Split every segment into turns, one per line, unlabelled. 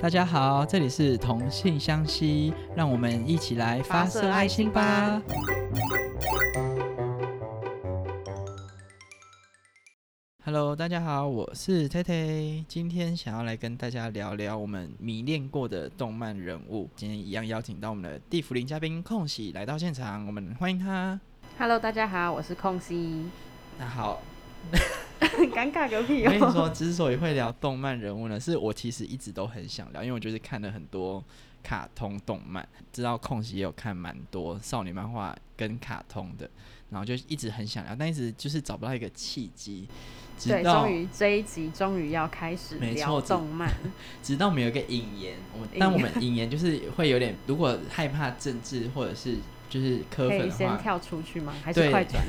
大家好，这里是同性相吸，让我们一起来发射爱心吧。Hello，大家好，我是 t 泰，今天想要来跟大家聊聊我们迷恋过的动漫人物。今天一样邀请到我们的地福林嘉宾空喜来到现场，我们欢迎他。
Hello，大家好，我是空隙。
那好，
尴尬个屁
我跟你
哦！
说，之所以会聊动漫人物呢，是我其实一直都很想聊，因为我就是看了很多卡通动漫，知道空隙也有看蛮多少女漫画跟卡通的，然后就一直很想聊，但一直就是找不到一个契机，直
对，
到
终于这一集终于要开始
没
聊
错
动漫，
直到我们有一个引言，我们
引
但我们引言就是会有点，如果害怕政治或者是就是科
可
粉
以
的
先
话，
跳出去吗？还
对
是快转？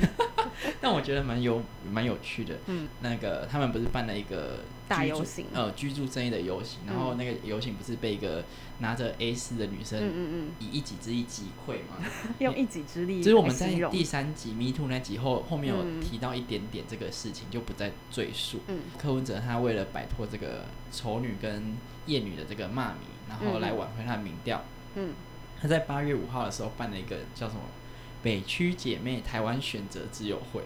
但我觉得蛮有蛮有趣的。
嗯，
那个他们不是办了一个
大
居住
游行
呃，居住正义的游行，然后那个游行不是被一个拿着 A 四的女
嗯
生
嗯
以一己之力击溃 吗？
嗯，用一己之力
就是我们
来
在
形容
第三集 Me Too 那集后后面有
嗯
提到一点点这个事情，就不再赘述。
嗯
柯文哲他为了摆脱这个丑女跟厌女的这个骂名，然后来
嗯嗯
挽回他的民调，
嗯
他在八月五号的时候办了一个叫什么北区姐妹台湾选择自由会。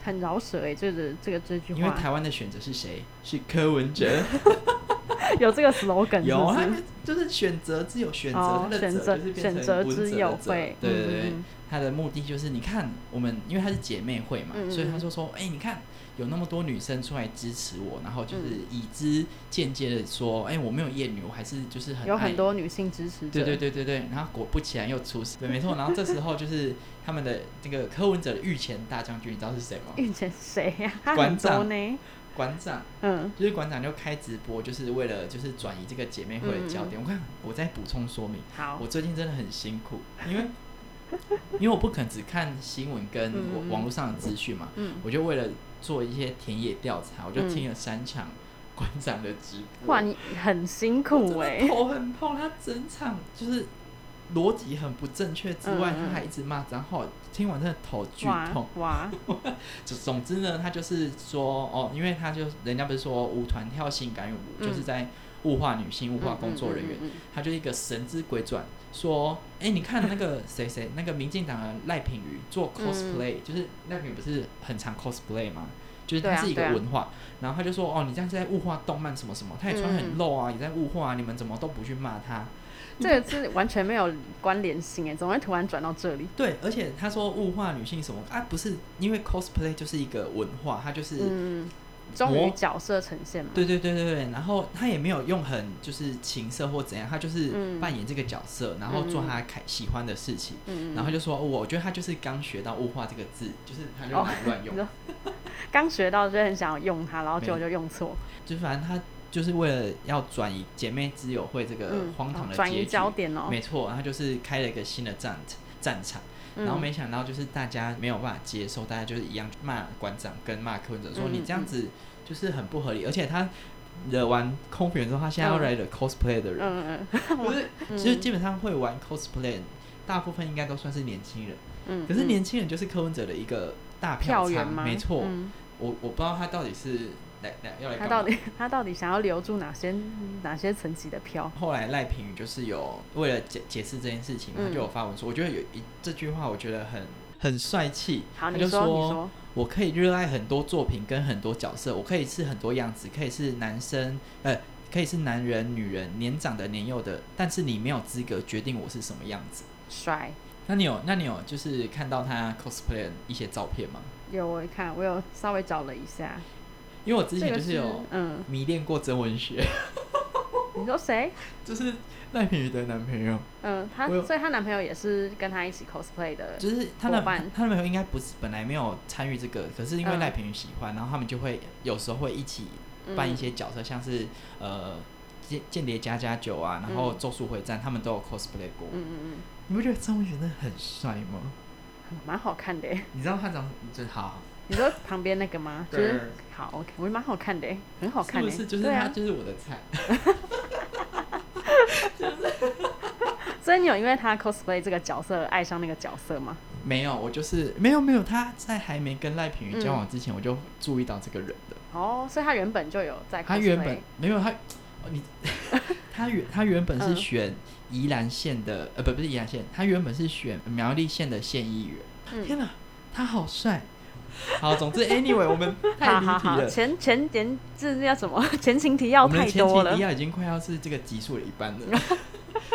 很饶舌哎，这个这个这句
因为
话
台湾的选择是谁？是柯文 哲。
有这个 slogan
有啊，
是不
他
是？
就是选择之有选择，
哦
他的
选
择
择
就是变成
选择
文
之
者的
友
者
会
对对对
嗯嗯嗯
他的目的就是你看我们，因为她是姐妹会嘛，
嗯嗯
所以他
嗯
说说，哎、你看有那么多女生出来支持我，然后就是
嗯
以之间接的说，哎、我没有厌女，我还是就是很
有
爱
很多女性支持者，
对对对对对，然后果不其然又出事，对，没错。然后这时候就是他们的那个柯文哲的御前大将军，你知道是谁吗？
遇见谁呀？他
馆
很
长
多呢，
馆长。
嗯
就是馆长就开直播，就是为了就是转移这个姐妹会的焦点。我看我再补充说明，
嗯好
我，最近真的很辛苦，因为 因为我不肯只看新闻跟
嗯
网网络上的资讯嘛，
嗯，
我就为了做一些田野调查，我就
嗯
听了三场馆长的直播。
哇，你很辛
我
苦
真的
哎，
头很痛，他整场就是逻辑很不正确之外，
嗯嗯
他还一直骂脏话，听完真的头剧
哇
痛。
哇，
就总之呢，他就是说哦，因为他就人家不是说舞团跳性感舞，
嗯
就是在物化女性、物化工作人员，
嗯嗯嗯嗯
他就一个神之鬼转，说哎、你看那 个谁谁，那个民进党的赖品妤做
嗯
cosplay，、就是赖品妤不是很常 cosplay 吗？就是
对
他
啊
是一个
对啊
文化，然后他就说哦，你这样是在物化动漫什么什么，他也穿很
嗯
露啊，也在物化、啊，你们怎么都不去骂他？
这个是完全没有关联性哎，怎么会突然转到这里？
对，而且他说物化女性什么啊，不是因为 cosplay 就是一个文化，它就是、
嗯，忠
模
于角色呈现嘛。
对对对对对，然后他也没有用很就是情色或怎样，他就是
嗯
扮演这个角色，然后做他开喜欢的事情，
嗯，嗯
然后就说，哦我觉得他就是刚学到物化这个字，就是他就
哦
来乱用，
你说刚学到就很想要用它，然后结果
没
就用错，
就反正他就是为了要转移姐妹之友会这个
嗯，
荒唐
哦
的
转
结
移
局，
焦点哦。
没错，他就是开了一个新的战战场。然后
嗯
没想到就是大家没有办法接受，大家就是一样骂馆长跟骂柯文哲说、
嗯
你这样子就是很不合理，而且他惹完空服员之后，他现在要来惹 cosplay 的人，
嗯嗯
不是，就是基本上会玩 cosplay，大部分应该都算是年轻人，
嗯，
可是
嗯
年轻人就是柯文哲的一个大
票源
仓，
吗？
没错，
嗯
我我不知道他到底是来来要来
他
干
到
嘛。
底 他到底想要留住哪些哪些层级的票？
后来赖品妤就是有为了解解释这件事情，他
嗯
就有发文说，我觉得有一这句话，我觉得很很帅气，
好，
他
你
就
说你说，
我可以热爱很多作品跟很多角色，我可以是很多样子，可以是男生，呃，可以是男人、女人，年长的、年幼的，但是你没有资格决定我是什么样子。
帅。
那你有，那你有就是看到他 cosplay 的一些照片吗？
有我看，我有稍微找了一下，
因为我之
这
前
个
就是有
嗯，
迷恋过曾文学，
你说谁？
就是赖品妤的男朋友，
嗯，她
我有
所以她男朋友也是跟她一起 cosplay 的，
就是她
伙
男
伴
她男朋友应该不是本来没有参与这个，可是因为
嗯
赖品妤喜欢，然后他们就会有时候会一起扮一些角色，像是呃间间谍加加九啊，然后
嗯
咒术回战，他们都有 cosplay 过
嗯，。嗯嗯嗯
你不觉得张文学真的很帅吗？
嗯，蛮好看的耶。
你知道他长真好，
你说旁边那个吗？就
对
是好，OK，我觉得蛮好看的耶，很好
是
看
不
的。
是？就是
对
他
啊，
就是我的菜。
所以你有因为他 cosplay 这个角色而爱上那个角色吗？
没有，我就是没有没有，他在还没跟赖品妤
嗯
交往之前，我就注意到这个人的。
哦，所以他原本就有在 cosplay。
他原本没有他，哦 你他原他原本是
嗯
选宜兰县的，呃，不不是宜兰县，他原本是选苗栗县的县议员。
嗯
天哪，他好帅！好，总之，anyway，我们 太
好
离
好
题
好，
了。
前前前这是要什么？ 前情提要
我们
太
的前
多
情
了
提。要已经快要是这个集数的一半 了。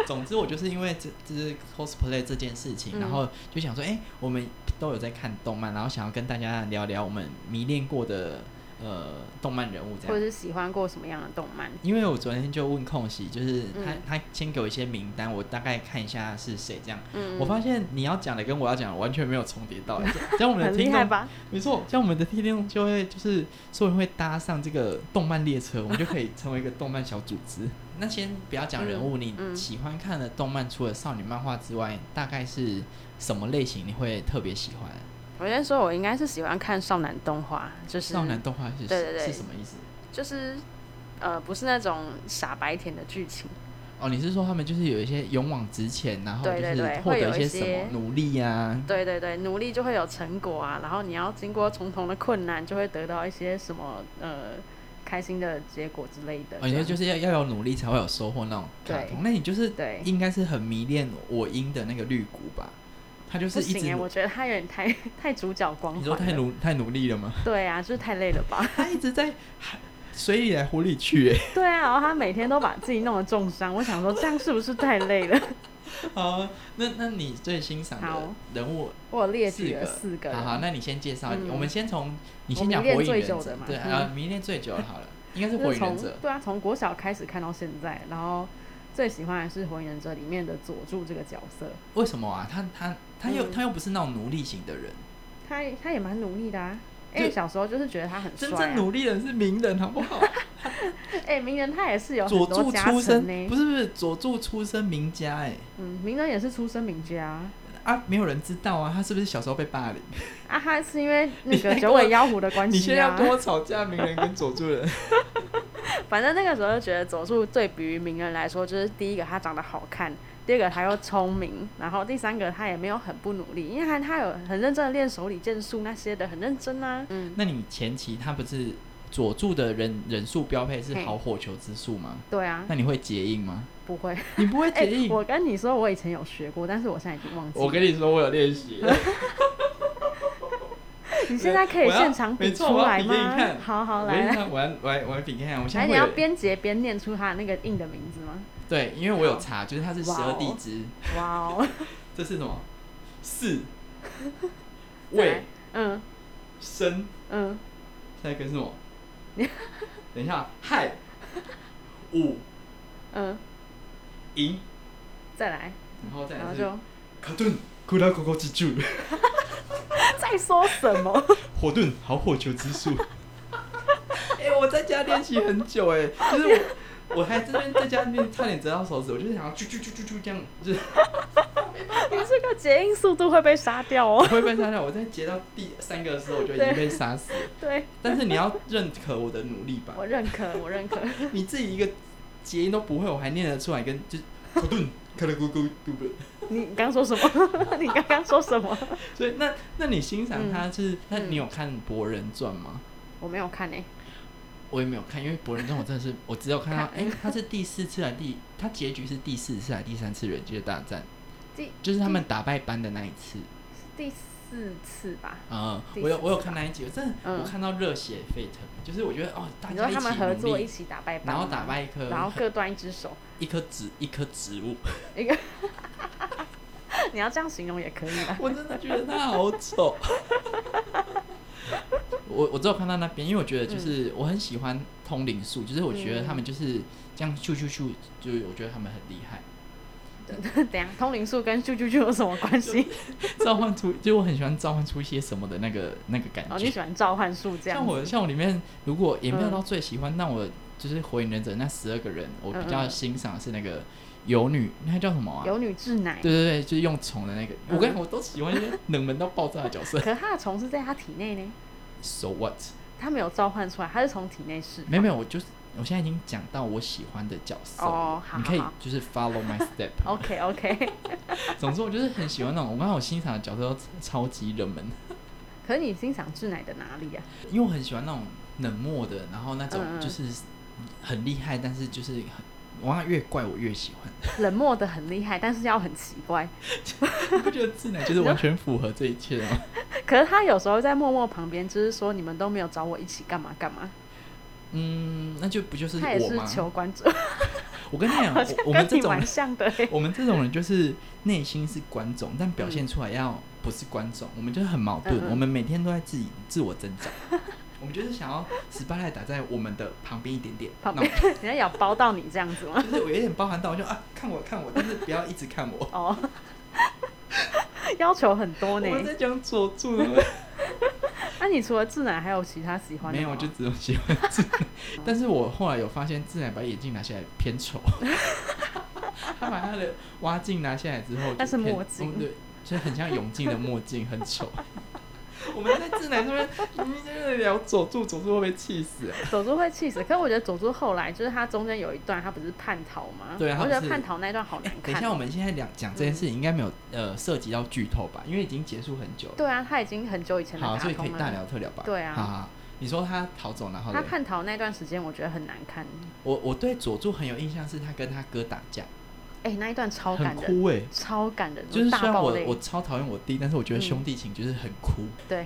总之，我就是因为这这是 cosplay 这件事情，
嗯
然后就想说，哎、我们都有在看动漫，然后想要跟大家聊聊我们迷恋过的呃动漫人物这
或
样。
者是喜欢过什么样的动漫？
因为我昨天就问空隙，就是他、
嗯
他先给我一些名单，我大概看一下是谁这样。
嗯，
我发现你要讲的跟我要讲的完全没有重叠 到，这样我们的
很厉
听
害
众
吧？
没错，像我们的听众就会就是所有人会搭上这个动漫列 车，我们就可以成为一个动漫小组织。那先不要讲人物，你
嗯
喜欢看的动漫除了少女漫画之外，大概是什么类型你会特别喜欢？
我先说，我应该是喜欢看少男动画，就是
少男动画是
对对对
是什么意思？
就是呃，不是那种傻白甜的剧情，
哦，你是说他们就是有一些勇往直前，然后就
对对
是
对
获
会有
得
一
什么
些
努力啊？
对对对，努力就会有成果啊，然后你要经过重重的困难，就会得到一些什么呃开心的结果之类的。
哦，你
这
说
样
就是要要有努力才会有收获那种卡
对
通，那你就是
对
应该是很迷恋我英的那个绿谷吧？他就是
不
一
行
直
哎，
努
我觉得他有点太 太主角光
你
环
说
了。
太努太努力了吗？
对啊，就是太累了吧？
他一直在水里来火里去，哎，
对啊，然后他每天都把自己弄得重伤，我想说这样是不是太累了？
好，那那你最欣赏的
好
人物
我有列
四
举了
个，
四个人，
好好，那你先介绍，
嗯
我们先从你
我
先
迷
讲
恋
火影
最
忍
久
者
的，嘛
对，
嗯
啊，迷恋最久了好了，应该是
就
火
是
影
从
忍者，
对啊，从国小开始看到现在，然后最喜欢的是《火影忍者》里面的佐助这个角色，
为什么啊？他他他又
嗯
他又不是那种奴隶型的人，
他他也蛮努力的啊。
就
因为小时候就是觉得他很帅、
真
啊，
正努力的人是鸣人，好不好？
哎、鸣人他也是 有很
佐
多
助
加
出
成
身
呢、
不是不是佐助出身名家哎、
嗯，鸣人也是出身名家啊，
啊，没有人知道啊，他是不是小时候被霸凌？
啊他是因为那
现在跟
个九尾妖狐的关
你现
系
在要
啊
跟。我吵架，鸣人跟佐助人，
反正那个时候就觉得佐助对比于鸣人来说，就是第一个他长得好看，第二个他又聪明，然后第三个他也没有很不努力，因为他他有很认真的练手里剑术那些的，很认真啊。 嗯，
那你前期他不是佐助的人人数标配是
嘿
好火球之术吗？
对啊，
那你会结印吗？
不会。
你不会
哎、
结印？
我跟你说，我以前有学过，但是我现在已经忘记了。
我跟你说，我有练习。
你现在可以
我要
现场
没
比
错
出
我要
来
比给你
吗
看？
好 好
我
来来，
看，我要我要我要比看看，我现在
来你
会
要
有
边截边念出他那个印的名字吗？
对，因为我有查，就是它是十
哇
二
哦
地支，
哇哦，
这是什么？ 四
再
未
来嗯
生，
嗯，
下一个是什 么？等一下，亥午
嗯，
寅，
再来，
然后再
然
来
后
是
就
卡顿。库拉库库之柱，
在说什么？
火遁，好火球之 术。哎、我在家练习很久哎、就是我，我还真的在家练，差点折到手指，我就是想要啾啾啾啾啾这样，就是
你这个结印速度会被杀掉
我
哦。
会被杀掉。我在截到第三个的时候，我就已经被杀死 了。
对，
但是你要认可我的努力吧
我，认可，我认可。
你自己一个结音都不会，我还念得出来，跟就是卡顿，卡顿咕咕嘟嘟。
你刚说什么？ 你刚刚说什么？
所以那那你欣赏他是？那
嗯
你有看《博人传》吗？
我没有看欸诶、
我也没有看，因为《博人传》我真的是我只有看 到，哎、他是第四次还是第，他结局是第四次还是第三次人界大战？
第
就是他们打败班的那一次。
第四次吧。
嗯，
第
我有
四次
我有看那一集，我真的、
嗯
我看到热血沸腾，就是我觉得哦，大
你说
家一
他们
起
合
努
作一
力，
起打败班，
然后打，败一颗
然后各端一只手，
一颗植一棵植物，
一个。你要这样形容也可以啦。
我真的觉得他好丑。 我我只有看到那边，因为我觉得就是我很喜欢通灵术，就是我觉得他们就是这样咻咻咻，就是我觉得他们很厉害。
等一下，通灵术跟啾啾啾有什么关系？
召唤出，就我很喜欢召唤出一些什么的那个那个感
哦，你
觉。
喜欢召唤术这样
像
子？
我像我里面，如果也没有
嗯
到最喜欢，但我就是火影忍者那十二个人，我比较
嗯嗯
欣赏的是那个游女，那叫什么啊？
有女智奶，
对对对，就是用虫的那个。
嗯
我跟你讲，我都喜欢一些冷门到爆炸的角色
可。是他的虫是在他体内呢，
So what？
他没有召唤出来，他是从体内释放。
没有没有，我就是我现在已经讲到我喜欢的角色了。
哦好
你可以
好好
就是 follow my step 嘛。
OK OK，
总之我就是很喜欢那种，我刚好我欣赏的角色都超级冷门，
可是你欣赏智奶的哪里啊？
因为我很喜欢那种冷漠的，然后那种
嗯嗯
就是很厉害，但是就是很，往往越怪我越喜 欢。
冷漠的很厉害，但是要很奇怪。
你不觉得志乃就是完全符合这一切吗？
可是他有时候在默默旁边，就是说你们都没有找我一起干嘛干嘛，
嗯，那就不就是
他也
我
是
吗？啊
求关者，
我跟你讲，
好像
我我们
跟
这
你
种
蛮
人，
像的欸。
我们这种人就是内心是观众，但表现出来要不是观众，我们就是很矛盾。
嗯嗯
我们每天都在自己自我增长， 我们就是想要十八赖打在我们的旁边一点点，
旁
那
边 人家咬包到你这样子吗？
就是我有点包含到，我就啊看我看我，但是不要一直看 我。
哦，要求很多
我
呢。
们在讲佐助呢，
那、你除了志乃还有其他喜欢的
没有，
吗？
我就只有喜欢 自然。但是我后来有发现，自然把眼镜拿下来偏 丑。他把他的蛙镜拿下来之后就偏，
那是墨镜
嗯对，就很像泳镜的墨镜，很 丑。我们在自然这边，我们在那聊佐助，佐助会被气死、 啊。
佐助会气死，可是我觉得佐助后来就是他中间有一段他不是叛逃吗？
对啊
我
他
觉
不
得
是
叛逃那段好难看。嗯
等一下，我们现在讲讲这件事情，应该没有呃涉及到剧透吧？因为已经结束很久了。
对啊，他已经很久以前的
好，
卡
所以可以
通
大
了。
聊特聊吧。
对啊
好好好你说他逃走，然后嘞
他叛逃那段时间，我觉得很难看。
我我对佐助很有印象，是他跟他哥打架，
哎、那一段超
很
感人，
哭哎、
超感人，
就是
大
虽然
爆
我
泪。
我超讨厌我弟，但是我觉得
嗯
兄弟情就是很哭。
对，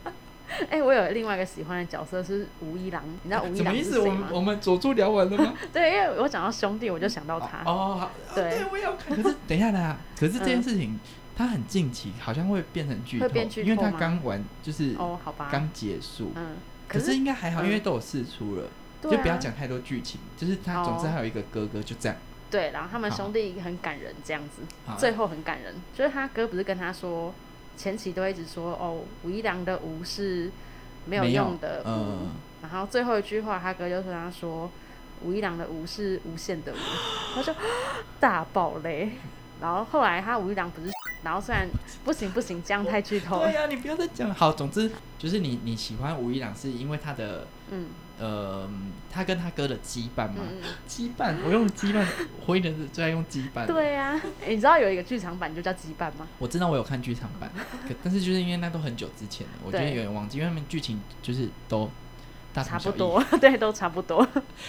哎、我有另外一个喜欢的角色是吴一郎，你知道吴一
什么
郎
意
是
思？我
谁
们
吗？
我们佐助聊完了 吗？
对，因为我讲到兄弟，我就想到他。
哦，好啊
对嗯
对，我也要看。可是等一下啦，可是这件事情它很近期，好像会变成剧透
会变，剧
因为
透
它
吗
刚完就是
哦，好吧，
刚结束。
嗯，
可
是
是应该还好，
嗯
因为都有试出了，就
对啊
不要讲太多剧情。就是他，
哦
总之还有一个哥哥，就这样。
对，然后他们
好
兄弟很感人，这样子，
好
最后很感人，就是他哥不是跟他说，前期都一直说哦，武一郎的无是没有
没有
用的无，
嗯
然后最后一句话他哥就跟他说，武一郎的无是无限的无，他就大爆雷，然后后来他武一郎不是，然后虽然不行不行，这样太剧透
对
了，
呀，你不要再讲了。好，总之就是你你喜欢吴一郎，是因为他的
嗯
呃，他跟他哥的羁绊
嗯
吗？
嗯，
羁绊，我用羁绊，火影忍者最爱用羁绊。，
对呀、诶你知道有一个剧场版就叫羁绊吗？
我知道我有看剧场版，可但是就是因为那都很久之前了，我觉得
对
有点忘记，因为他们剧情就是都大同
差
小
不
异，
多， 对，都差不多。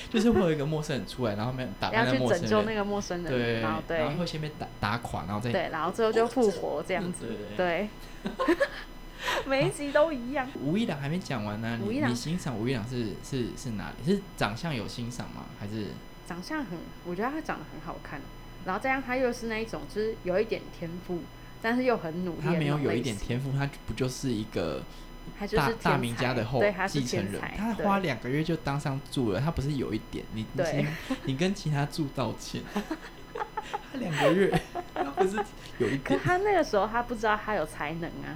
就是会有一个陌生人出来，然后他们打败
要去
陌
拯救
生
那
人，
个陌生人，
对，
然后对
然后会先被打打垮，然后再
对，然后最后就复活这样子，
嗯对。
对， 每一集都一样。
吴一郎还没讲完呢、
吴
你
一郎
你欣赏吴一郎是是是哪里？是长相有欣赏吗？还是
长相很，我觉得他长得很好看，然后再加上他又是那一种就是有一点天赋，但是又很努力
他
的那
没有
种
有一
类
点
型，
天赋，他不就是一个
他就
大
是
大
天
名
才
家的后
对，他
继
是
承
天
人，
才，
他
对
花两个月就当上柱了，他不是有一点，你你
对
先你跟其他柱道歉， 他两个月，他不是有一
可
点，
他那个时候他不知道他有才能啊，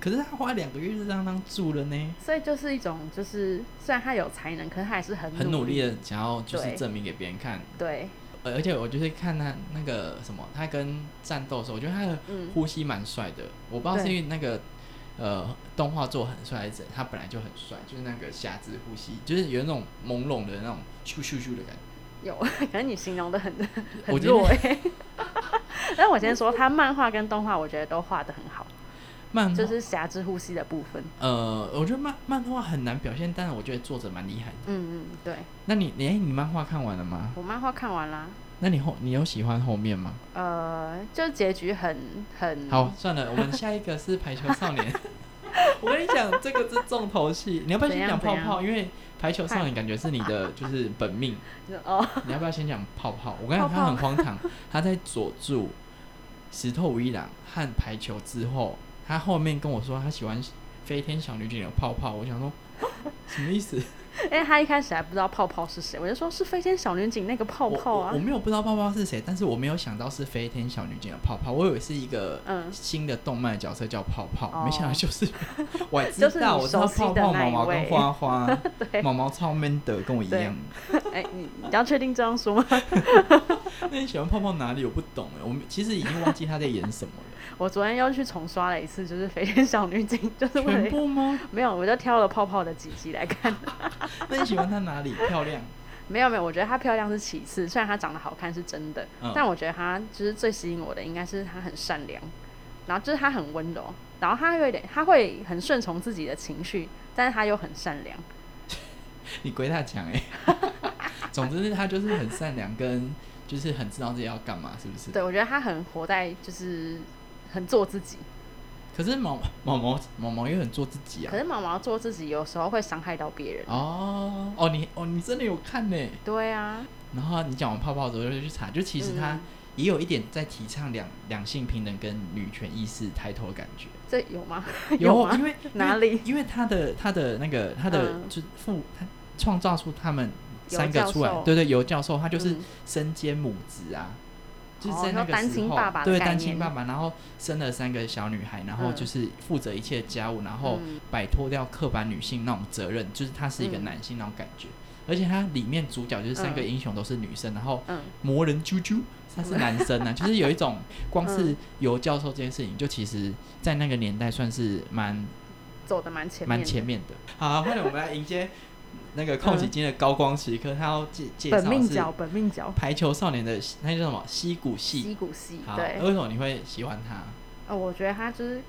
可是他花两个月就当当柱了呢，
所以就是一种就是虽然他有才能，可是他还是很
很努力
力。
的想要就是
对
证明给别人看，
对，
呃而且我就是看他那个什么，他跟战斗的时候，我觉得他的
嗯
呼吸蛮帅的，我不知道是
对
因为那个。呃，动画做很帅还是怎样他本来就很帅，就是那个瞎子呼吸，就是有那种朦胧的那种咻咻咻的感觉。
有， 可是你形容的很很
我觉得
弱哎、 但我先说，他漫画跟动画我觉得都画的很好，
漫画
就是侠之呼吸的部分。
呃，我觉得漫漫画很难表现，但是我觉得作者蛮厉害的。
嗯嗯，对
那你你、诶你漫画看完了吗？
我漫画看完啦，
那你后你有喜欢后面吗？
呃，就结局很很
好，算了，我们下一个是排球少年。 我跟你讲，这个是重头戏，你要不要先讲泡
怎样
泡？因为排球少年感觉是你的就是本命，
哦，
你要不要先讲泡泡？我跟你讲，
泡
他
泡
很荒唐，他在佐助、石头无一郎和排球之后，他后面跟我说他喜欢飞天小女警的泡泡，我想说 什么意思？
因为他一开始还不知道泡泡是谁，我就说是飞天小女警那个泡泡
哦我我
啊
我，没有不知道泡泡是谁，但是我没有想到是飞天小女警的泡泡，我以为是一个
嗯
新的动漫角色叫泡泡，
哦
没想到就是 我还知
就是你
道，我知道
熟悉
泡
的
泡
那
毛
一
毛跟
位
花花，
对，
毛毛超 man 的，跟我一
对
样。
哎、你你要确定这样说吗？
那你喜欢泡泡哪里？我不懂哎，我们其实已经忘记他在演什么 了，
我昨天又去重刷了一次，就是飞天小女警，就是为
全
了
部吗？
没有，我就挑了泡泡的几集来看，
那你喜欢他哪里？漂亮，
没有没有，我觉得她漂亮是其次，虽然她长得好看是真的，
嗯
但我觉得她就是最吸引我的应该是她很善良，然后就是她很温柔，然后她有点她会很
嗯
顺从自己的情绪，但是她又很善良，
你鬼打墙哎， 总之是他就是很善良，跟就是很知道自己要干嘛，是不是？
对，我觉得他很活在就是很做自己，
可是毛毛毛毛毛也很做自己啊
可。是毛毛做自己有时候会伤害到别人。
哦哦，你哦你真的有看呢。
对啊，
然后你讲完泡泡之后就去查，就其实他
嗯
也有一点在提倡两两性平等跟女权意识抬头的感觉。
这 有 吗？
有，
吗
因？为
哪里？
因为他的他的那个他的
嗯
就是父他创造出他们
尤
三个
教
出来
授，
对对，尤教授他就是
嗯
身兼母职啊，就是
哦
在
你
那
说
个
单
时
亲
候，
爸爸的
对
概
单亲
念
爸爸，然后生了三个小女孩，然后
嗯
就是负责一切家务，然后
嗯
摆脱掉刻板女性那种责任，就是他是一个
嗯
男性那种感觉。而且它里面主角就是三个
嗯
英雄都是女生，然后
嗯
魔人啾啾他是男生 啊，就是有一种光是
嗯
尤教授这件事情，就其实在那个年代算是蛮
走的蛮前面
蛮
的，
前面的。好，快点，我们来迎接那个空喜金的高光时刻，他要介介
本
绍
命
是
角，本命角，
排球少年的那叫什么西谷
西
系。
谷系
好，
对
为。什么你会喜欢他？
呃，我觉得他就是，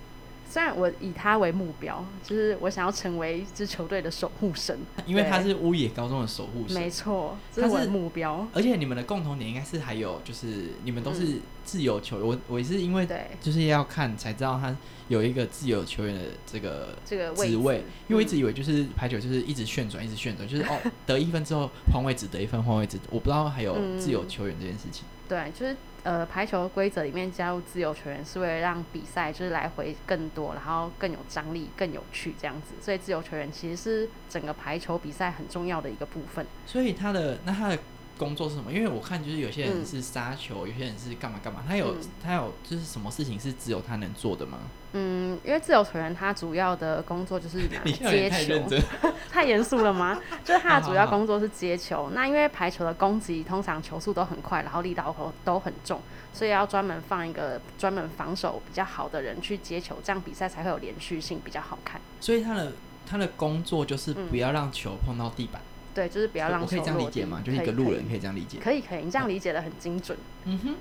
虽然我以他为目标，就是我想要成为这球队的守护神，
因为
对
他是乌野高中的守护
没
神，
错，这
他
是我的
是
目标。
而且你们的共同点应该是还有就是你们都是自由球员，我我也是因为
嗯对，
就是要看才知道他有一个自由球员的这个
这个位
职
置
位，因为我一直
嗯
以为就是排球就是一直旋转，一直旋转，就是 哦得一分之后换位置，得一分换位置，我不知道还有自由
嗯
球员这件事情。
对，就是呃，排球规则里面加入自由球员，是为了让比赛就是来回更多，然后更有张力、更有趣这样子。所以自由球员其实是整个排球比赛很重要的一个部分。
所以他的那他的工作是什么？因为我看就是有些人
嗯
是杀球，有些人是干嘛干嘛。他有、
嗯
他有就是什么事情是只有他能做的吗？
嗯，因为自由球员他主要的工作就是拿
你有
接
点太
球
认，真。
太严肃了吗？就是他的主
好
要
好好
工作是接球。那因为排球的攻击通常球速都很快，然后力道都都很重，所以要专门放一个专门防守比较好的人去接球，这样比赛才会有连续性，比较好看。
所以他的他的工作就是不
嗯
要让球碰到地板。
对，就是不要让
我可以
球
这样理
落
解
地
吗？就是一个路人可以这样理解。
可以可以，你这样理解的很精准。
嗯 哼。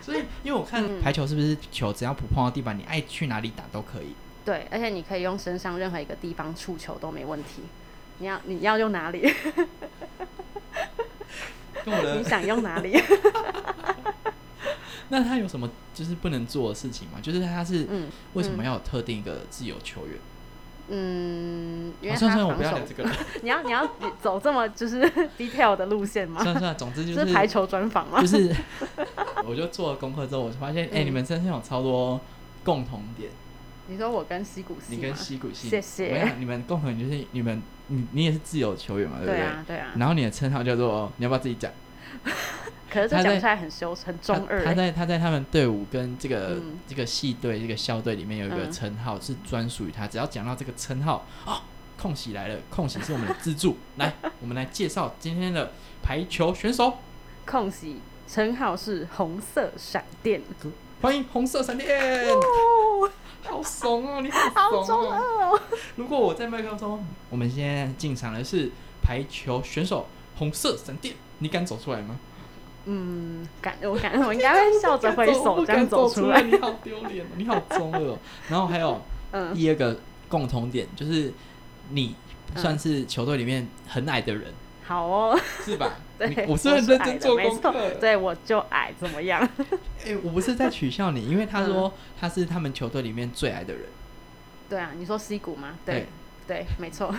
所以，因为我
嗯
看排球是不是球只要不碰到地板，你爱去哪里打都可以。
对，而且你可以用身上任何一个地方触球都没问题。你要你要用哪里？
跟 我
你
的
想用 哪里？
那他有什么就是不能做的事情吗？就是他是
嗯
为什么要有特定一个自由球员？
嗯，因
好
为
算
他
了算了，我不
防
要
守
聊，这个了。
你要你要走这么就是 detail 的路线吗
算？了算了，总 之就
这
是
是排球专访吗？
就是， 我就做了功课之后，我就发现，哎、
嗯
你们身上有超多共同点。
你说我跟西谷系
你
吗？
跟西谷系，
谢谢
我想你们共同点就是你们，你你也是自由球员嘛，对不
对
对？
啊对啊，
然后你的称号叫做，你要不要自己讲？
可是
他在
这讲出来很羞很中二
他他
欸。
在他在他们队伍跟这个、
嗯
这个系队这个校队里面有一个
嗯
称号、是专属于他，只要讲到这个称号哦，空喜来了，空喜是我们的支 柱，来，我们来介绍今天的排球选手，
空隙称号是红色闪电，
欢迎红色闪电，好怂哦，你哦好
好
怂哦。
中二哦。
如果我在麦克风说，我们现在进场的是排球选手红色闪电，你敢走出来吗？
嗯，敢我敢我应该会笑着挥手
不
这
敢
样
走
走
出
出
来，
来。
你好丢脸哦，你好中二 哦。然后还有。
嗯，
第二个共同点就是你
嗯
算是球队里面很矮的人，
好哦。
是吧？
对
你，我
是
是很认
矮
真
的
做
没
功
错
课。哎、
对，我就矮，怎么样？
我不是在取笑你，因为他
嗯
说他是他们球队里面最矮的人。
对啊，你说溪谷吗？对，对，没错。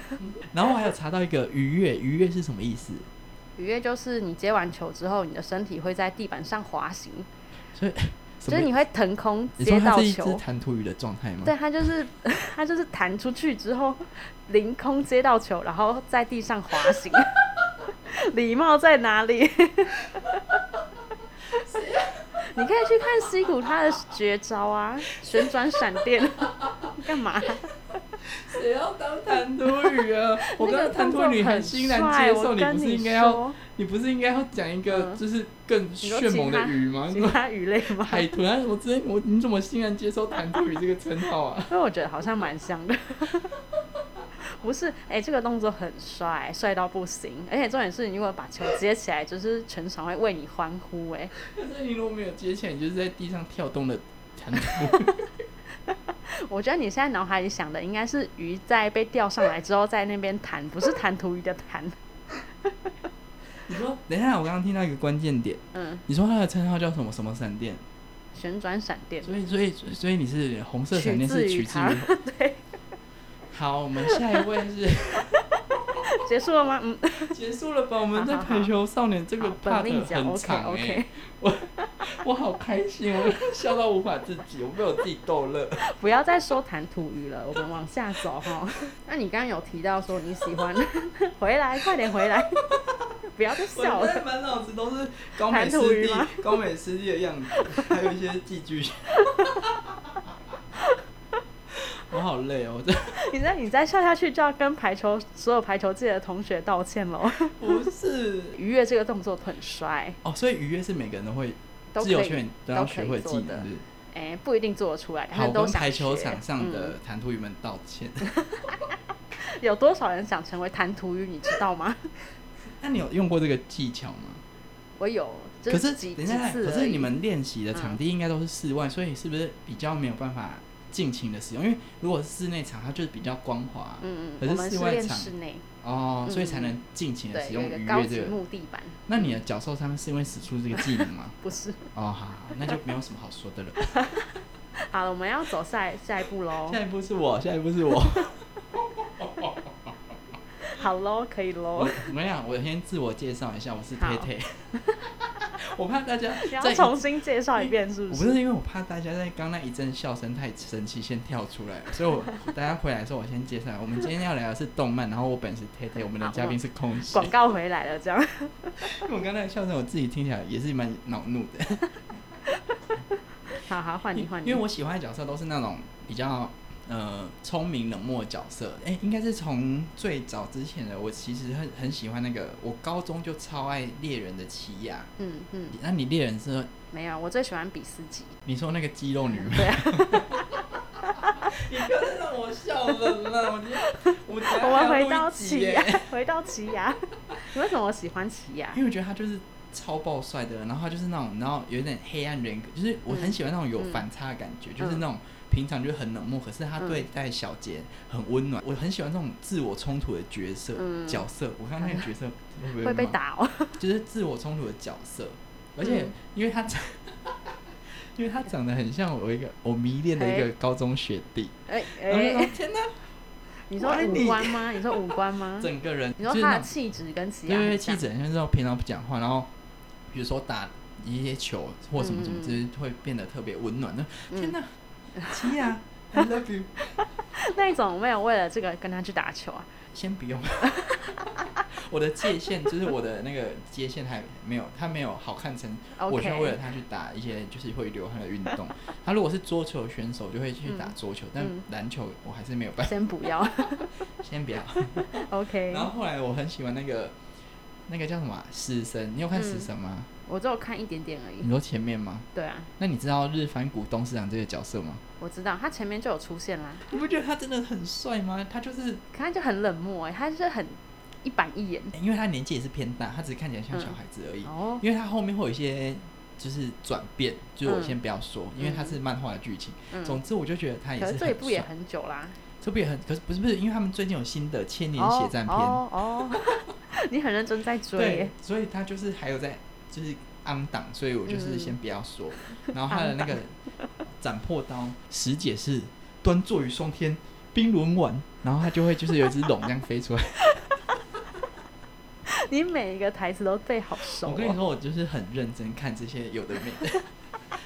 然后我还有查到一个愉悦，愉悦是什么意思？
愉悦就是你接完球之后，你的身体会在地板上滑行，
所以 什
就
么
是？你会腾空
你
接
说它
到
是一只
球。
弹涂鱼的状态吗？
对，它就是它就是弹出去之后，凌空接到球，然后在地上滑行。 礼貌在哪里？ 你可以去看溪谷他的绝招啊，旋转闪电，干嘛？
谁要当弹涂鱼啊？我刚
那个
刚弹
动
涂
作
女很
很
欣然
帅
接
我
受，你
跟
不是
你
应该要，
说
你不是应该要讲一个
嗯
就是更
你说
迅
其
猛的
他
鱼吗？你
其
说
他鱼类吗？
海豚啊！我之前我你怎么欣然接受弹涂鱼这个称号 啊？
所以我觉得好像蛮像的。 不是，哎、这个动作很帅，帅到不行。而且重点是，你如果把球接起来，就是全场会为你欢呼、哎，
但是你如果没有接起来，你就是在地上跳动的弹涂。
我觉得你现在脑海里想的应该是鱼在被钓上来之后在那边弹，不是弹涂鱼的弹。
你说，等一下，我刚刚听到一个关键点，
嗯，
你说他的称号叫什么什么闪电，
旋转闪电，
所以所以所以你是红色闪电是
取
取
自
自
于
于。
对，
好，我们下一位是。
结束了吗？ 嗯，
结束了吧？我们在
好好好
排球少年这个
好
part
本命奖
很
，OK
长哎、
OK，
我好开心，我笑到无法自己，我被我自己逗乐。
不要再说弹涂鱼了，我们往下走哈。 那你刚刚有提到说你喜欢， 回来，快点回 来，不要再
我
笑
现
了
在。满脑子都是高美
弹涂
湿
鱼
地
吗、
高美湿地的样子，还有一些寄居。 我好累哦，我这
你再你再笑下去，就要跟排球所有排球界的同学道歉 喽。
不是
愉悦这个动作很帅，
哦，所以愉悦是每个人都会
都可
自由
以
圈都
都
要
可
学
以
会技
做的
能，是不是。
哎、不一定做得出来，但
好，
是
我
都
跟
想
排球
学
场上
嗯
的弹涂鱼们道 歉。
有多少人想成为弹涂鱼，你知 道吗？
那你有用过这个技巧吗？
我有，就
可是
几
等
几
一下，
次
可
而
是
已
你们练习的场
嗯
地应该都是室外，所以是不是比较没有办法尽情的使用？因为如果是室内场，它就是比较光滑，
嗯
可
嗯，
是
我们
室
是
外
练
场
室内，
哦，所以
嗯
才能尽情的
对，
使
有
用
一
愉
个高
悦这
级
个。
木地板，
那你的脚受伤是因为使出这个技能吗？
不是。
哦，好，好那就没有什么好说的了。
好了，我们要走下一下一步喽。
下一步是我，下一步是我。
好喽，可以
我
喽。
我跟你啊讲，我先自我介绍一下，我是
好
佩佩。 我怕大家
你要
在
重新介绍一遍是
我
不
不
是？
是因为我怕大家在刚那一阵笑声太生气，先跳出来，所以我大家回来的时候，我先介绍。我们今天要聊的是动漫，然后我本是 T T，我们的嘉宾是空姐。
广告回来了，这 样
因为我刚才的笑声，我自己听起来也是蛮恼怒的。
好好换你换你，
因为我喜欢的角色都是那种比较呃聪明冷漠的角色。哎、应该是从最早之前的，我其实很很喜欢那个，我高中就超爱猎人的奇亚。
嗯嗯
那你猎人是
没有，我最喜欢比斯 吉，
你说那个肌肉女吗？
对啊，
你不要再让我笑了啦！我今天我等一下
我们
还要
回
录
到
一集
奇
耶
亚， 回到奇亚，你为什么喜欢奇亚
因？为我觉得他就是超爆帅的，然后他就是那种，然后有点黑暗人格，就是我
嗯
很喜欢那种有反差的感觉，就是那种平常就是很冷漠，可是他
嗯
对待小杰很温暖，我很喜欢这种自我冲突的角色、
嗯
角色。我看那个 角色会不会
会被
骂，
打哦，
就是自我冲突的角色，而且
嗯
因为他长。因为他长得很像我一个我迷恋的一个
哎
高中学弟，
哎
然后就说
哎，
天哪，
你说
我爱
五
你
官吗？你说五 官吗？
整个人
你说
就是
他
那
的
种
气质跟奇亚
对对，
很
对
像
气质很像是那种平常不讲话，然后比如说打一些球或什么什么，
嗯
就是会变得特别温暖。那、
嗯
天哪，七 呀，I love you。
那一种没有为了这个跟他去打球啊，
先不用， 我的界限就是我的那个界限还没有，他没有好看成
OK
我需要为了他去打一些就是会流汗的运 动。他如果是桌球选手，就会去打
嗯
桌球，但
嗯
篮球我还是没有办法，
先不 要
先不要。
，OK
然。后后来我很喜欢那个那个叫什么啊死神，你有看死
嗯
神吗？
我只有看一点点而已
你。说前面吗？
对啊，
那你知道日番谷董事长这个角色吗？
我知道他前面就有出现啦，
你不觉得他真的很帅吗？他就是
可他就很冷漠哎、他就是很一板一眼。
因为他年纪也是偏大，他只是看起来像小孩子而已。
哦，
因为他后面会有一些就是转变，就是我
嗯
先不要说，因为他是漫画的剧情。
嗯，
总之，我就觉得他也
可
是
是这一
很
部也
帅。
很久啦。
这部也很，可是不是不是，因为他们最近有新的《千年血战篇》
哦哦，哦 你很认真在追
对
耶，，
所以他就是还有在就是昂档，所以我就是
嗯
先不要 说。然后他的那个斩破刀，十姐是端坐于双天，冰轮丸，然后他就会就是有一只龙这样飞 出来。
你每一个台词都背好熟、哦。
我跟你说，我就是很认真看这些有的没 的，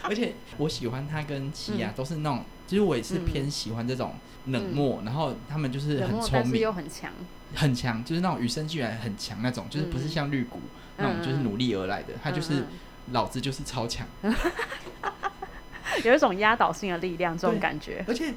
而且我喜欢他跟奇亚
嗯
都是那种，其实我也是
嗯
偏喜欢这种冷漠，然后他们就是
冷
很
漠，但
聪
是
明
又、很强。
很强，就是那种与生俱来很强那种，就是不是
嗯
像绿谷那种就是
嗯嗯
努力而来的，他就是
嗯
老子就是超强。
嗯有一种压倒性的力量，这种
对
感觉。
而且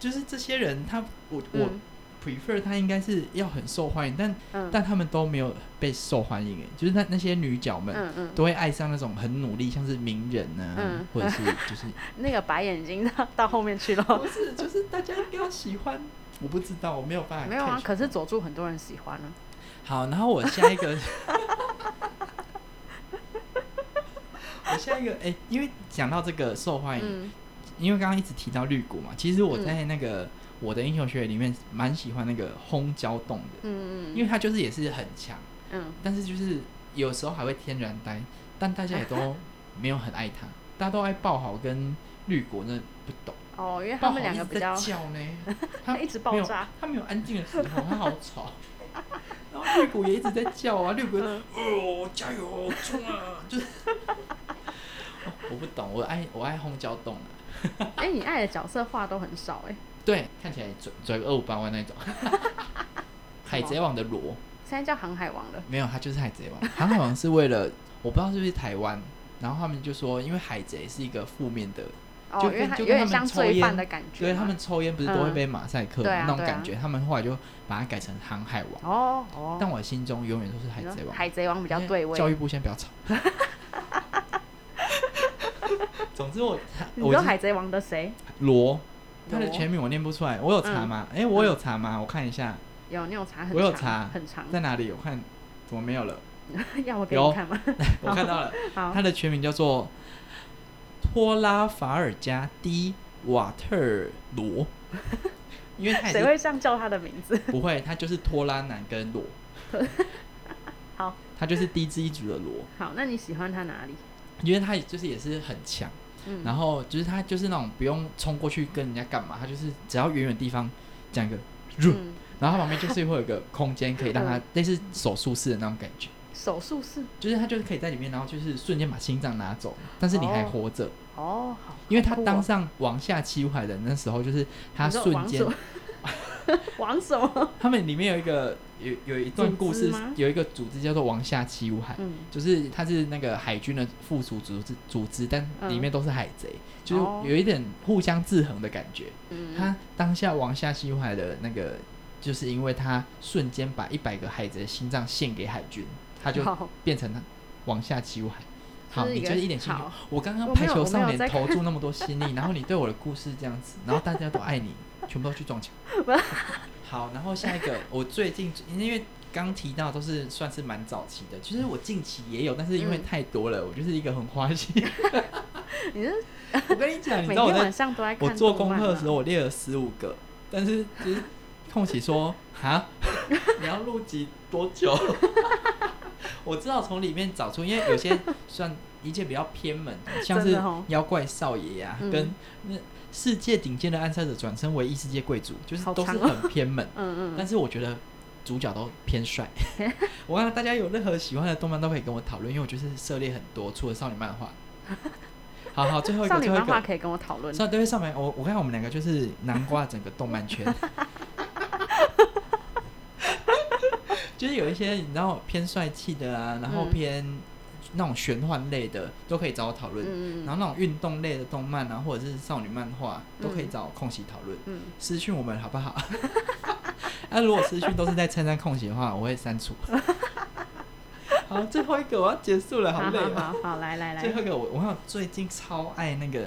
就是这些人，他我我
嗯
prefer 他应该是要很受欢迎，但、
嗯
但他们都没有被受欢迎，哎，就是那那些女角们。
嗯嗯，
都会爱上那种很努力，像是名人呢、
嗯
或 者是就是
那个白眼睛到到后面去了。
不是就是大家应该要喜欢，我不知道，我没有办法。
没有啊，可是佐助很多人喜欢啊。
好，然后我下一个， 我下一个，哎、因为讲到这个受欢迎，
嗯
因为刚刚一直提到绿谷嘛，其实我在那个、我的英雄学院里面蛮喜欢那个烘胶冻的，
嗯
因为它就是也是很强，
嗯
但是就是有时候还会天然呆，但大家也都没有很爱 它，大家都爱爆好跟绿谷，那不懂。
哦，因为
爆
他
好
们两
一
个
直
比
在
较，
叫 呢，它
一直爆
没有
炸，
它没有安静的时候，它好吵。 然后绿谷也一直在叫啊，绿谷就
嗯
哦加油冲啊，就是 哦我不懂，我爱我爱烘胶冻啊。
哎、你爱的角色话都很少哎、
对，看起来拽拽个二五八万那 种。海贼王的罗
现在叫航海王了，
没有， 他就是海贼王。航海王是为了我不知道是不是台湾，然后他们就说，因为海贼是一个负面的，
哦，
就
因为
跟
他
就
有
跟
点
他们
像
抽
罪犯
烟
的感觉嘛，
对他们抽烟不是都会被马赛克、
嗯对啊
那种
对啊
感觉，他们后来就把它改成航海王。
哦哦，
但我心中永远都是海
你说
贼王，
海贼王比较
因为
对味，
教育部先不要 吵。总之我
你
我
说
是
海贼王的谁？
罗，他的
罗
全名我念不出来，我有查吗？
嗯
哎、我有查吗？我看一下
有你有查很
我有
长
查
很长，
在哪里，我看怎么没有了？
要我给
有
你看吗？
我看到了，
好，
他的全名叫做托拉法尔加迪瓦特尔罗，因为他也
谁
是
会这样叫他的名字？
不会，他就是拖拉男跟罗，
好
他就是低之一族的罗，
好，那你喜欢他哪里？
因为他也就是也是很强，
嗯，
然后就是他就是那种不用冲过去跟人家干嘛，他就是只要远远地方讲一个。入，
嗯，
然后他旁边就是会有一个空间，可以让他
嗯
类似手术室的那种感觉，
手术室
就是他就是可以在里面，然后就是瞬间把心脏拿走，但是你还
哦
活着，
哦，好，
因为
好
他
酷哦
当上王下七海的那时候，就是他
你说
瞬
王
间
什么 王什么？
他们里面有一个有有一段故
组
事
织吗，
有一个组织叫做王下七武海，
嗯，
就是它是那个海军的附属组织组织，但
嗯
里面都是海贼，就是
哦
有一点互相制衡的感觉。
嗯
他当下王下七武海的那个，就是因为他瞬间把一百个海贼的心脏献给海军，他就
嗯好
变成他王下七武海。好，
就是
你
一个
就是一点兴趣
好。
我刚刚
我
排
没有
球
我没
少
有
年
在
投注那么多心力，然后你对我的故事这样子，然后大家都爱你，全部都去撞 墙。好，然后下一个，我最近因为刚提到都是算是蛮早期的，其实我近期也有，但是因为
嗯
太多了，我就是一个很花 心。
你是
我跟 你讲，你
每
知道我
天
在
晚上都在看
我做
动
功
漫
课的
吗
时候，，我列了十五个，但是就是空喜说哈， 你要录集多久？ 我知道从里面找出，因为有些算一些比较偏门，像
真
是
的哦
妖怪少爷呀、
嗯
跟那世界顶尖的暗杀者转身为异世界贵族，就是
好
都是
长哦
很偏门。
嗯嗯，
但是我觉得主角都偏 帅。我看大家有任何喜欢的动漫都可以跟我讨论，因为我就是涉猎很多，除了少女漫画。 好好，最后一
少
个，
女
最后一
漫
个
画，可以跟我讨论，
上对上面，我我看我们两个就是南瓜整个动漫 圈，就是有一些你知道偏帅气的啊，然后
嗯
偏那种玄幻类的都可以找我讨论，
嗯
然
嗯
后那种运动类的动漫啊，或者是少女漫画都可以
嗯
找空隙讨论，
嗯，
私讯我们好不 好？那、如果私讯都是在称赞空隙的话，我会删除。 好，最后一个我要结束了，好
好
累
好
哦。
好好，来来
最
来，
后一个我，我还有最近超爱那个《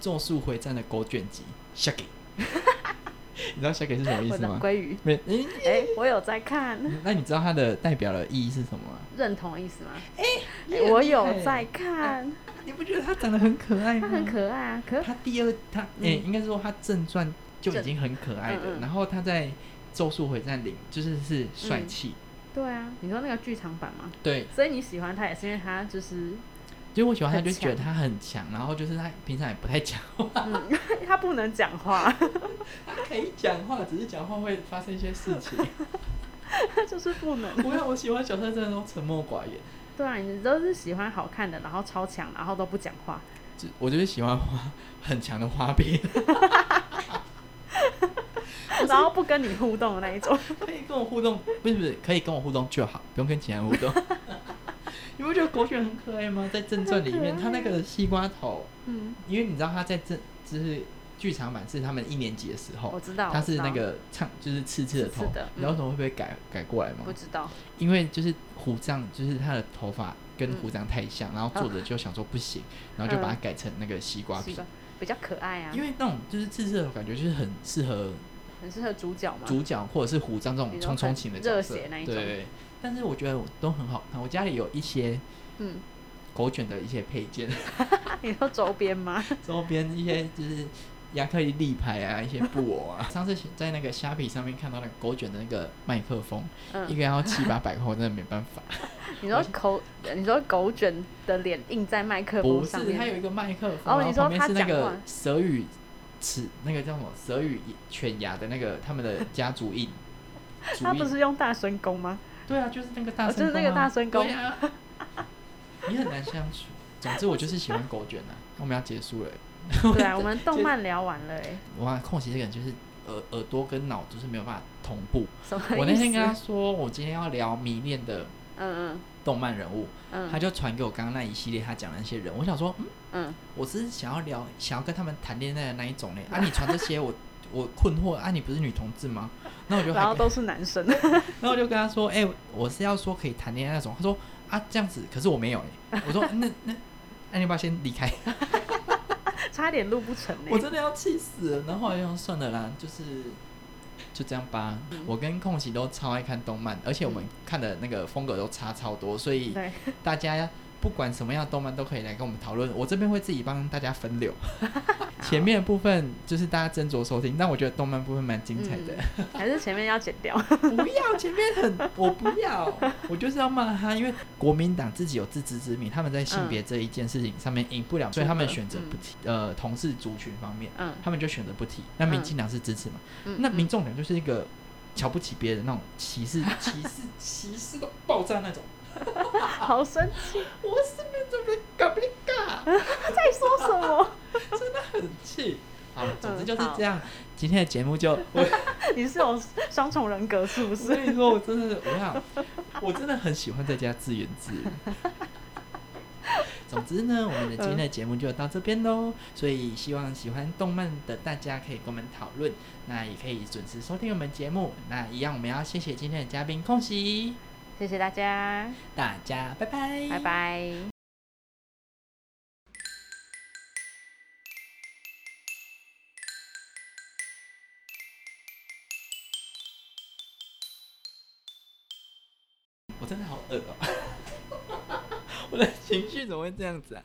咒术回战》的狗卷集 Shaggy，你知道 Shaggy 是什么意
我
思
的
吗？
鲑鱼，
没，诶
哎，我有在看，
那你知道它的代表的意义是什么吗？
认同的意思吗？
你
哎
很厉害
我有在看，
你不觉得它长得很可爱吗？
它很可爱啊，可
它第二，它诶、
嗯
应该是说它正传就已
正
经很可爱
嗯
了，
嗯
然后它在《咒术回战》里就是是帅气，
对啊，你说那个剧场版吗？
对，
所以你喜欢他也是因为他 就是，
就我喜欢它，
很
就觉得
强
它很强，然后就是它平常也不太讲话，
嗯， 他不能讲话，
它可以讲话，只是讲话会发生一些事情。
他就是不能。
不要，我喜欢角色真的都沉默寡言，
对啊，你都是喜欢好看的，然后超强，然后都不讲 话。
就我就是喜欢花很强的花臂，
然后不跟你互动的那一种。
可以跟我互动，不是不是，可以跟我互动就好，不用跟其他人互动。 你不觉得狗犬很可爱吗？在正传里面，
很可
它
爱
那个西瓜头，
嗯，
因为你知道它在正就是剧场版是他们一年级的时
我
候，
知道。
它是
我知道
那个唱就是刺刺的头，
刺刺的嗯
你知道为什么会被改改过来吗
不？知道，
因为就是虎杖，就是他的头发跟
嗯
虎杖太像，然后作者就想说不行，然后就把它改成那个西瓜
是
皮
的。，比较可爱啊，
因为那种就是自制的感觉，就是很适合
很适合主角嘛。
主角或者是虎杖这种
你
冲
说
冲
很
型的
热
角色
血那，一种
对。但是我觉得我都很好看，我家里有一些
嗯，
狗卷的一些配件，
你说周边吗？
周边一些就是亚克力立牌啊，一些布偶 啊。上次在那个虾皮上面看到那个狗卷的那个麦克风，一
嗯，
个要七八百块，我真的没办法。
你说狗，你说狗卷的脸印在麦 克
不
风上
是，它有
面，
一个麦克风，
哦
然后
你说
旁边
它
是那
讲话
个蛇与齿，那个叫什么蛇与犬牙的那个他们的家族印。族
他
印
不是用大声 公吗？
对啊，就是那个大
哦
声、
就
公
是那个
啊
大声公
对啊， 你很难相处。总之，我就是喜欢狗卷啊。我们要结束了欸，
对啊，我们动漫聊完了哎，
哇，空袭这个人就是耳耳朵跟脑就是没有办法同步。
什么
我那天
意思
跟他说，我今天要聊迷恋的
嗯
动漫人物，
嗯
他
嗯
就传给我刚刚那一系列他讲的那些人，我想说，嗯，
嗯，
我只是想要聊，想要跟他们谈恋爱的那一种嘞。啊，你传这些我。 我困惑啊！你不是女同志吗？那我就还
然后
跟
都是男生，
然后我就跟他说：“哎、我是要说可以谈恋爱那种。”他说：“啊，这样子，可是我没有、欸。”我说：“那那，那你要不要先离开？
差点录不成
我
哎。
真的要气死了。”然后后来就说算了啦，就是就这样吧。我跟空喜都超爱看动漫，而且我们看的那个风格都差超多，所以
对，
大家不管什么样的动漫都可以来跟我们讨论。我这边会自己帮大家分流，前面的部分就是大家斟酌收听，但我觉得动漫部分蛮精彩的。
还是前面要剪 掉。
不要，前面很， 我不要，我就是要骂他，因为国民党自己有自知之明，他们在性别这一件事情上面赢不了，所以他们选择不提。呃，同事族群方面，
嗯
他们就选择不提。那民进党是支持嘛？
嗯，
那民众党就是一个瞧不起别人那种歧 视、歧视、歧视到爆炸那种。
嗯好生气，
我是不是这边搞不尬，
在说什么？
真的很气。好，总之
嗯
就是
好
这样。今天的节目就我。
你是有双重人格是不
所
是？
以说我真的，我想，我真的很喜欢在家自言自语。总之呢，我们的今天的节目就到这边喽，所以希望喜欢动漫的大家可以跟我们讨论，那也可以准时收听我们节目。那一样，我们要谢谢今天的嘉宾空喜，
谢谢大家，
大家拜拜，
拜。拜。
我真的好恶哦、我的情绪怎么会这样子啊？